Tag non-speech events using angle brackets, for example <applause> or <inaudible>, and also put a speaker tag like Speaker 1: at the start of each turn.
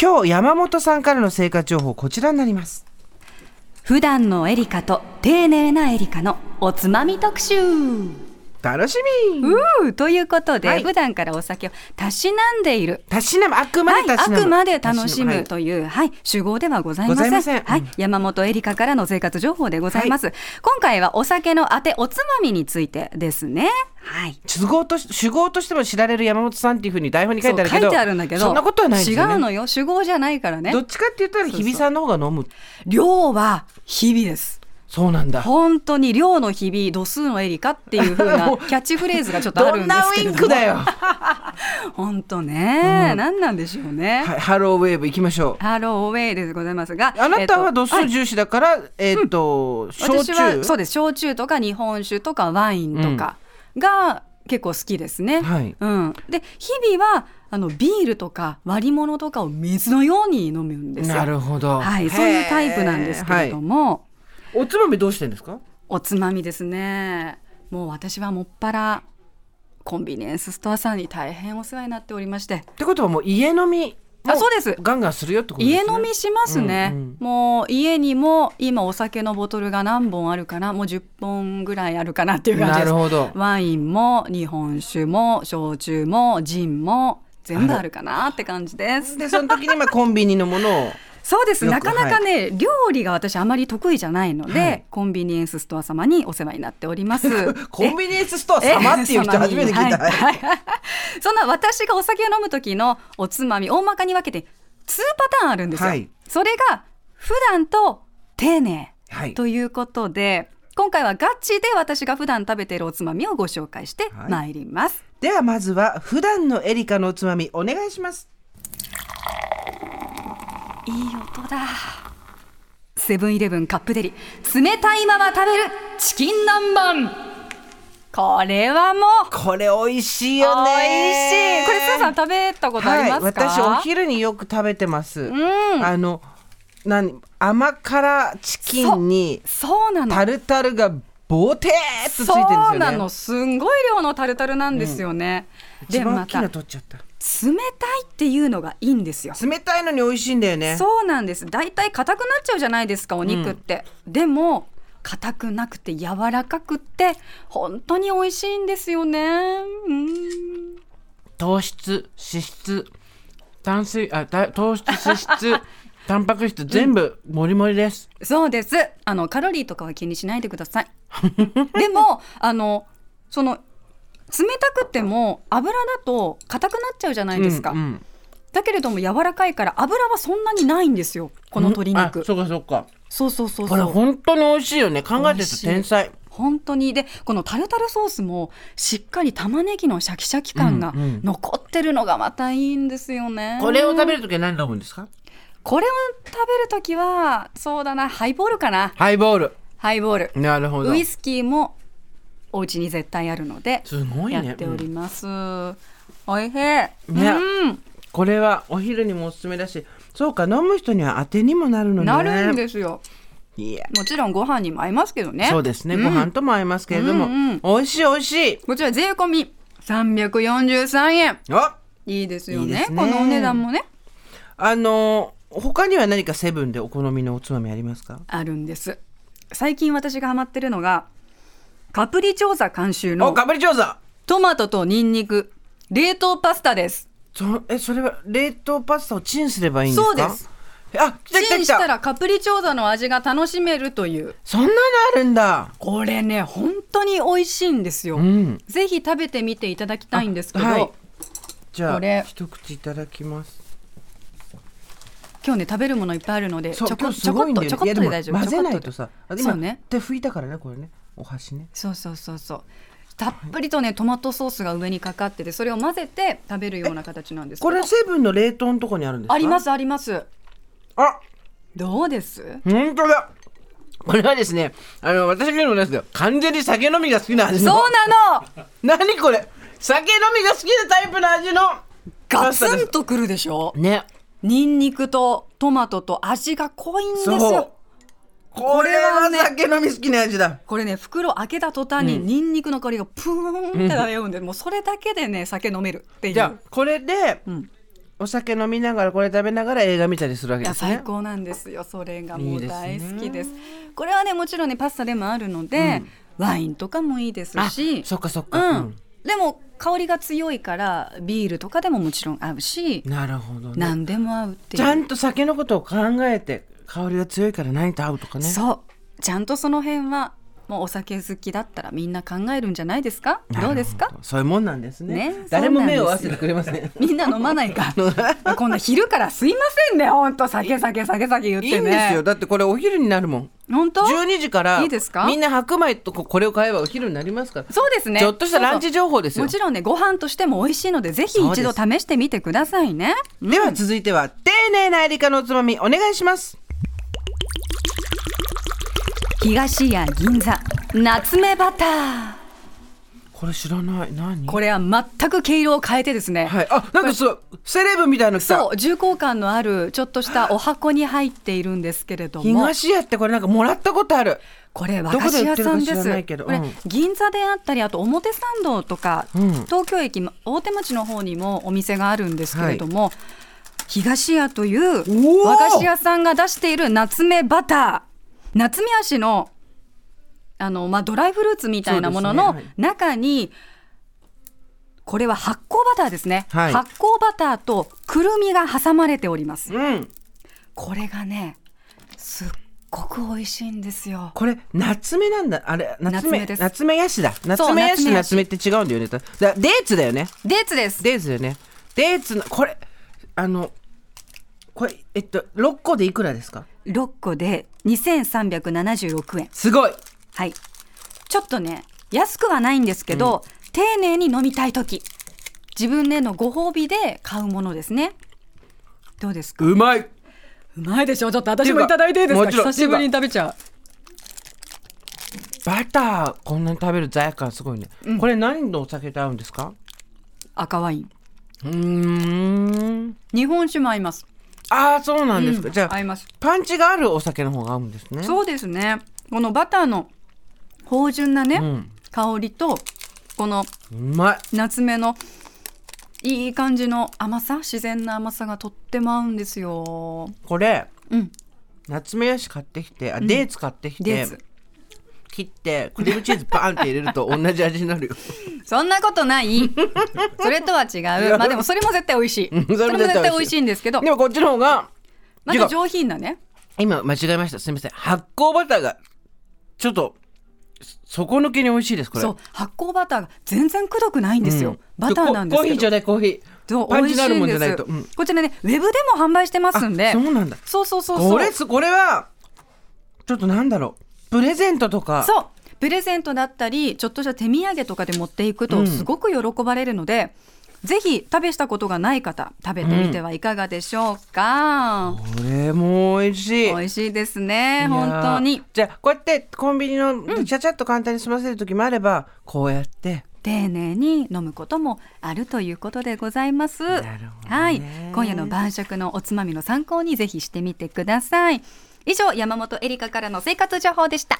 Speaker 1: 今日山本さんからの生活情報こちらになります
Speaker 2: 普段のエリカと丁寧なエリカのおつまみ特集
Speaker 1: 楽しみ
Speaker 2: うーということで、
Speaker 1: はい
Speaker 2: 普段からお酒をたしなんでいる
Speaker 1: たしなむあくま
Speaker 2: は
Speaker 1: で
Speaker 2: い、
Speaker 1: た
Speaker 2: あ
Speaker 1: しなむ、
Speaker 2: くまで楽しむ
Speaker 1: た
Speaker 2: という、はい、主語ではございません。
Speaker 1: ございません
Speaker 2: はい
Speaker 1: うん、
Speaker 2: 山本エリカからの生活情報でございます。今回はお酒のあて、おつまみについてですね。はい。
Speaker 1: 主語とし主語としても知られる山本さんっていうふうに台本に書いてある
Speaker 2: そう
Speaker 1: け
Speaker 2: 書
Speaker 1: ど
Speaker 2: いてあるんだけど、
Speaker 1: そんなことはないですよ、ね、
Speaker 2: 違うのよ、主語じゃないからね
Speaker 1: ど。っちかって言ったら日比さんの方が飲む
Speaker 2: 量は日々です。
Speaker 1: そうなんだ
Speaker 2: 本当に量の日々、度数のエリカっていう風な
Speaker 1: <laughs> もう
Speaker 2: キャッチフレーズがちょっとあ
Speaker 1: ど
Speaker 2: る
Speaker 1: ん
Speaker 2: んで
Speaker 1: な
Speaker 2: す
Speaker 1: ウ
Speaker 2: けれ
Speaker 1: イン
Speaker 2: ども。
Speaker 1: ク
Speaker 2: <laughs>
Speaker 1: だよは
Speaker 2: 本当ね、何なんでしょうね。
Speaker 1: いハローウェーブ行きましょう
Speaker 2: ハローウェイでございますが、
Speaker 1: あなたは度
Speaker 2: えっと
Speaker 1: 数重視だから、えーっと、焼
Speaker 2: 私はそ
Speaker 1: 酎
Speaker 2: うです焼酎とか日本酒とかワインとかが結構好きですね。
Speaker 1: はい
Speaker 2: うん、で日々はあのビールとか割り物とかを水のように飲むんですよ。
Speaker 1: なるほど、
Speaker 2: は
Speaker 1: へ
Speaker 2: い、
Speaker 1: ー
Speaker 2: そういうタイプなんですけれど
Speaker 1: はい
Speaker 2: も、
Speaker 1: おつまみどうしてんですか
Speaker 2: おつまみですねもう私はもっぱらコンビニエンスストアさんに大変お世話になっておりまして
Speaker 1: ってことはもう家飲みも
Speaker 2: あそうです
Speaker 1: ガンガンするよってことです
Speaker 2: 家
Speaker 1: ね
Speaker 2: 飲みしますね、
Speaker 1: うんうん
Speaker 2: もう家にも今お酒のボトルが何本あるかなもう10本ぐらいあるかなっていう感じ
Speaker 1: な
Speaker 2: で
Speaker 1: る
Speaker 2: す
Speaker 1: ほど
Speaker 2: ワインも日本酒も焼酎もジンも全部あるかなって感じです。
Speaker 1: でその時にまあコンビニのも
Speaker 2: <laughs>
Speaker 1: のを
Speaker 2: そうです
Speaker 1: よく
Speaker 2: なかなかね、料理が私あまり得意じゃないので、
Speaker 1: はい
Speaker 2: コンビニエンスストア様にお世話になってお
Speaker 1: <laughs>
Speaker 2: ります。
Speaker 1: コンビニエンスストア様っていう
Speaker 2: <laughs>
Speaker 1: 人初めて聞いた、
Speaker 2: ええ様にはいはいそんな私がお酒を飲む時のおつまみ大まかに分けて2パターンあるんですよ、
Speaker 1: はい
Speaker 2: それが普段と丁寧
Speaker 1: はい
Speaker 2: ということで今回はガチで私が普段食べているおつまみをご紹介してまいります、
Speaker 1: ではまずは普段のエリカのおつまみお願いします
Speaker 2: い、い音だセブンイレブンカップデリ冷たいまま食べるチキン南蛮これはもう
Speaker 1: これ美味しい
Speaker 2: 美味しい
Speaker 1: よね
Speaker 2: これスーさん食べたことありますか、
Speaker 1: はい、私お昼によく食べてます、あの何甘辛チキンに
Speaker 2: そうなの
Speaker 1: タルタルがボテーっとついてるんですよね
Speaker 2: そうなのすんごい量のタルタルなんですよね、
Speaker 1: 一
Speaker 2: で
Speaker 1: 番大
Speaker 2: ま
Speaker 1: きい
Speaker 2: た
Speaker 1: の
Speaker 2: 冷
Speaker 1: 取っちゃった
Speaker 2: たいっていうのがいいんですよ
Speaker 1: 冷たいのに美味しいんだよね
Speaker 2: そうなんですだいたい硬くなっちゃうじゃないですかお肉って、でも硬くなくて柔らかくって本当に美味しいんですよねうん
Speaker 1: 糖質脂質炭水あた糖質脂
Speaker 2: <laughs>
Speaker 1: 質タンパク質全部もりもりです、
Speaker 2: そうですあのカロリーとかは気にしないでくだ
Speaker 1: <laughs>
Speaker 2: さいでもあのその冷たくても油だと硬くなっちゃうじゃないですか、
Speaker 1: うんうん
Speaker 2: だけれども柔らかいから油はそんなにないんですよこの鶏肉、
Speaker 1: あそうかそうか
Speaker 2: そうそうそう
Speaker 1: これ
Speaker 2: そう
Speaker 1: 本当に美味しいよね考えて
Speaker 2: 美
Speaker 1: る
Speaker 2: 味
Speaker 1: と
Speaker 2: しい
Speaker 1: 天才
Speaker 2: 本当にでこのタルタルソースもしっかり玉ねぎのシャキシャキ感が
Speaker 1: うんうん
Speaker 2: 残ってるのがまたいいんですよね、
Speaker 1: これを食べるときは何飲むんですか
Speaker 2: これを食べるときはそうだなハイボールかな
Speaker 1: ハイボール
Speaker 2: ハイボール
Speaker 1: なるほど
Speaker 2: ウイスキーもお家に絶対あるのです
Speaker 1: ごい
Speaker 2: や
Speaker 1: ね
Speaker 2: っており
Speaker 1: うん
Speaker 2: ます、おいしい、ね、
Speaker 1: これはお昼にもおすすめだしそうか飲む人には当てにもなるの
Speaker 2: うん
Speaker 1: ね
Speaker 2: なるんですよ
Speaker 1: いや
Speaker 2: もちろんご飯にも合いますけどね
Speaker 1: そうですね、
Speaker 2: ん
Speaker 1: ご飯とも合いますけれども、
Speaker 2: うんうん
Speaker 1: 美味しい美味しい
Speaker 2: こちら税込み343円
Speaker 1: あ
Speaker 2: いいですよね
Speaker 1: いいですね
Speaker 2: このお値段もね
Speaker 1: あのー他には何かセブンでお好みのおつまみありますか
Speaker 2: あるんです最近私がハマってるのがカプリチョーザ監修
Speaker 1: お
Speaker 2: の
Speaker 1: かぶり調査
Speaker 2: トマトとニンニク冷凍パスタです
Speaker 1: そえそれは冷凍パスタをチンすればいいんですか
Speaker 2: そうです
Speaker 1: あ来た来た
Speaker 2: チン
Speaker 1: 来
Speaker 2: したたらカプリチョーザの味が楽しめるという
Speaker 1: そんなのあるんだ
Speaker 2: これね本当に美味しいんですよ、
Speaker 1: うん
Speaker 2: ぜひ食べてみていただきたいんですけど、
Speaker 1: あはいじゃ
Speaker 2: これ
Speaker 1: あ一口いただきます
Speaker 2: 今日ね食べるものいっぱいあるのでち
Speaker 1: そ
Speaker 2: ょ
Speaker 1: う
Speaker 2: こ
Speaker 1: 今日
Speaker 2: ち
Speaker 1: す
Speaker 2: ょこ
Speaker 1: ご
Speaker 2: っ
Speaker 1: いん
Speaker 2: と
Speaker 1: だよ
Speaker 2: ちょこっ
Speaker 1: いや
Speaker 2: と
Speaker 1: でも
Speaker 2: で大丈夫
Speaker 1: 混ぜない
Speaker 2: ちょことっ
Speaker 1: さあ
Speaker 2: そ
Speaker 1: 今
Speaker 2: うね
Speaker 1: 手拭いたからねこれねお箸ね
Speaker 2: そうそうそうそうたっぷりとねトマトソースが上にかかっててそれを混ぜて食べるような形なんですけど
Speaker 1: これセブンの冷凍のとこにあるんですか
Speaker 2: ありますあります
Speaker 1: あ
Speaker 2: どうです
Speaker 1: 本当だこれはですねあの私が言うのもなんですけど完全に酒飲みが好きな味
Speaker 2: そ
Speaker 1: の
Speaker 2: うなの
Speaker 1: 何これ酒飲みが好きなタイプの味の
Speaker 2: ガ
Speaker 1: <laughs> パスタ
Speaker 2: ツ
Speaker 1: です
Speaker 2: ンとくるでしょ
Speaker 1: ね
Speaker 2: ニンニクとトマトと味が濃いんです
Speaker 1: そう
Speaker 2: よ
Speaker 1: これ
Speaker 2: これは
Speaker 1: は
Speaker 2: ね
Speaker 1: 酒飲み好きな味だ
Speaker 2: これね袋開けた途端にニンニクの香りがプーンって漂うんで、もうそれだけでね酒飲めるっていう
Speaker 1: じゃあこれで、
Speaker 2: ん
Speaker 1: お酒飲みながらこれ食べながら映画見たりするわけ
Speaker 2: いや
Speaker 1: ですね
Speaker 2: 最高なんですよそれがも
Speaker 1: いうい
Speaker 2: い
Speaker 1: ですね
Speaker 2: 大好きですこれはねもちろんねパスタでもあるので、ワインとかもいいです
Speaker 1: あ
Speaker 2: し
Speaker 1: そっかそっか、
Speaker 2: うんでも香りが強いからビールとかでももちろん合うし
Speaker 1: うんなるほどね
Speaker 2: 何でも合うってい
Speaker 1: ち
Speaker 2: う
Speaker 1: ゃんと酒のことを考えて香りが強いから何と合うとかね
Speaker 2: そうちゃんとその辺はもうお酒好きだったらみんな考えるんじゃないですか
Speaker 1: なる
Speaker 2: ど
Speaker 1: ほ
Speaker 2: うですか
Speaker 1: そういうもんなんですね
Speaker 2: ね
Speaker 1: 誰も
Speaker 2: そうな
Speaker 1: 目
Speaker 2: んですよ
Speaker 1: を合わせてくれません
Speaker 2: みんな飲まないか <laughs> こんな昼からすいませんねほんと酒酒酒酒言って
Speaker 1: い
Speaker 2: ね
Speaker 1: いんですよだってこれお昼になるもん
Speaker 2: 本当
Speaker 1: 12時から
Speaker 2: いいですか
Speaker 1: みんな白米とここれを買えばお昼になりますから
Speaker 2: そうですね
Speaker 1: ちょっとしたランチ情報ですよ
Speaker 2: もちろんねご飯としても美味しいのでぜひ一度
Speaker 1: そ
Speaker 2: 試してみてくださいね
Speaker 1: では続いては丁寧なエリカのおつまみお願いします
Speaker 2: 東屋銀座夏目バター
Speaker 1: これ知らない何
Speaker 2: これは全く毛色を変えてですね、
Speaker 1: はいあなんかそうセレブみたいなの来た
Speaker 2: そう重厚感のあるちょっとしたお箱に入っているんですけれども
Speaker 1: 東屋ってこれなんかもらったことある
Speaker 2: これ和
Speaker 1: ど
Speaker 2: 菓
Speaker 1: こで
Speaker 2: 子
Speaker 1: 売
Speaker 2: 屋
Speaker 1: ってるか
Speaker 2: さんで
Speaker 1: 知ら
Speaker 2: す
Speaker 1: ないけど
Speaker 2: これ
Speaker 1: うん
Speaker 2: 銀座であったりあと表参道とか、
Speaker 1: うん
Speaker 2: 東京駅大手町の方にもお店があるんですけれども、東屋という
Speaker 1: おー
Speaker 2: 和菓子屋さんが出している夏目バター夏目足のあの、まあ、ドライフルーツみたいなもの
Speaker 1: そう
Speaker 2: の
Speaker 1: ですね
Speaker 2: 中に、これは発酵バターですね、
Speaker 1: はい
Speaker 2: 発酵バターとくるみが挟まれております
Speaker 1: うん
Speaker 2: これがねすっごく美味しいんですよ
Speaker 1: これ夏目なんだあれ夏目
Speaker 2: 夏目です
Speaker 1: 夏目ヤシだ夏
Speaker 2: そう
Speaker 1: 目ヤシと
Speaker 2: 夏
Speaker 1: 夏
Speaker 2: 目
Speaker 1: 目って違うんだよねだだデーツだよね
Speaker 2: デーツです
Speaker 1: デーツだよねデーツのこれあのこれえっと6個でいくらですか
Speaker 2: 6個で2376円
Speaker 1: すごい
Speaker 2: はいちょっとね安くはないんですけど、丁寧に飲みたい時自分へのご褒美で買うものですねどうですか
Speaker 1: うまいう
Speaker 2: まいでしょちょっと
Speaker 1: 私もいただいていいですかっていうかもちろん久しぶりに
Speaker 2: 食べちゃ
Speaker 1: バターこんなに食べる罪悪感すごいね、これ何のお酒と合うんですか
Speaker 2: う赤ワイン
Speaker 1: うーん
Speaker 2: 日本酒も合います
Speaker 1: ああそうなんですか、
Speaker 2: うん
Speaker 1: じゃ
Speaker 2: 合い
Speaker 1: あ
Speaker 2: ます
Speaker 1: パンチがあるお酒の方が合うんですね
Speaker 2: そうですねこのバターの芳醇なね、
Speaker 1: ん
Speaker 2: 香りとこの
Speaker 1: うまい
Speaker 2: 夏目のいい感じの甘さ自然な甘さがとっても合うんですよ
Speaker 1: これ
Speaker 2: うん
Speaker 1: 夏目ヤシ買ってきてあ、デーツ買ってき
Speaker 2: デー
Speaker 1: て
Speaker 2: ツ
Speaker 1: 切ってクリームチーズバーンって入れると同じ味になるよ
Speaker 2: <laughs> そんなことない
Speaker 1: <laughs>
Speaker 2: それとは違うまあでもそれも絶対美味しい
Speaker 1: んそれも
Speaker 2: それも絶対美
Speaker 1: 絶対美
Speaker 2: 味
Speaker 1: 味
Speaker 2: し
Speaker 1: しい
Speaker 2: いんですけど
Speaker 1: でもこっちの方が
Speaker 2: ま
Speaker 1: て
Speaker 2: だ
Speaker 1: か
Speaker 2: 上品なね
Speaker 1: 今間違えましたすみません発酵バターがちょっと底抜けに美味しいですこれ
Speaker 2: そう発酵バターが全然くどくないんですよ、
Speaker 1: うん
Speaker 2: バターなんです
Speaker 1: コーヒーち
Speaker 2: け
Speaker 1: ょ
Speaker 2: ど
Speaker 1: うだいコーヒー
Speaker 2: そう
Speaker 1: パンチのあるもんじゃ
Speaker 2: 美
Speaker 1: な
Speaker 2: 味し
Speaker 1: い
Speaker 2: んで
Speaker 1: と
Speaker 2: す
Speaker 1: うん
Speaker 2: こちらねウェブでも販売してますんで
Speaker 1: そうなんだ
Speaker 2: そうそうそうそう
Speaker 1: これすこれはちょっとなんだろうプレゼントとか
Speaker 2: そうプレゼントだったりちょっとした手土産とかで持っていく
Speaker 1: う
Speaker 2: と
Speaker 1: ん
Speaker 2: すごく喜ばれるので、ぜひ食べしたことがない方食べてみてはいかがでしょうか、
Speaker 1: これも美味しい
Speaker 2: 美味しいですね
Speaker 1: いやー
Speaker 2: 本当に
Speaker 1: じゃあこうやってコンビニのちゃちゃっと簡単に済ませる時もあれば、こうやって
Speaker 2: 丁寧に飲むこともあるということでございます、
Speaker 1: るほどね
Speaker 2: はい今夜の晩酌のおつまみの参考にぜひしてみてください以上山本エリカからの生活情報でした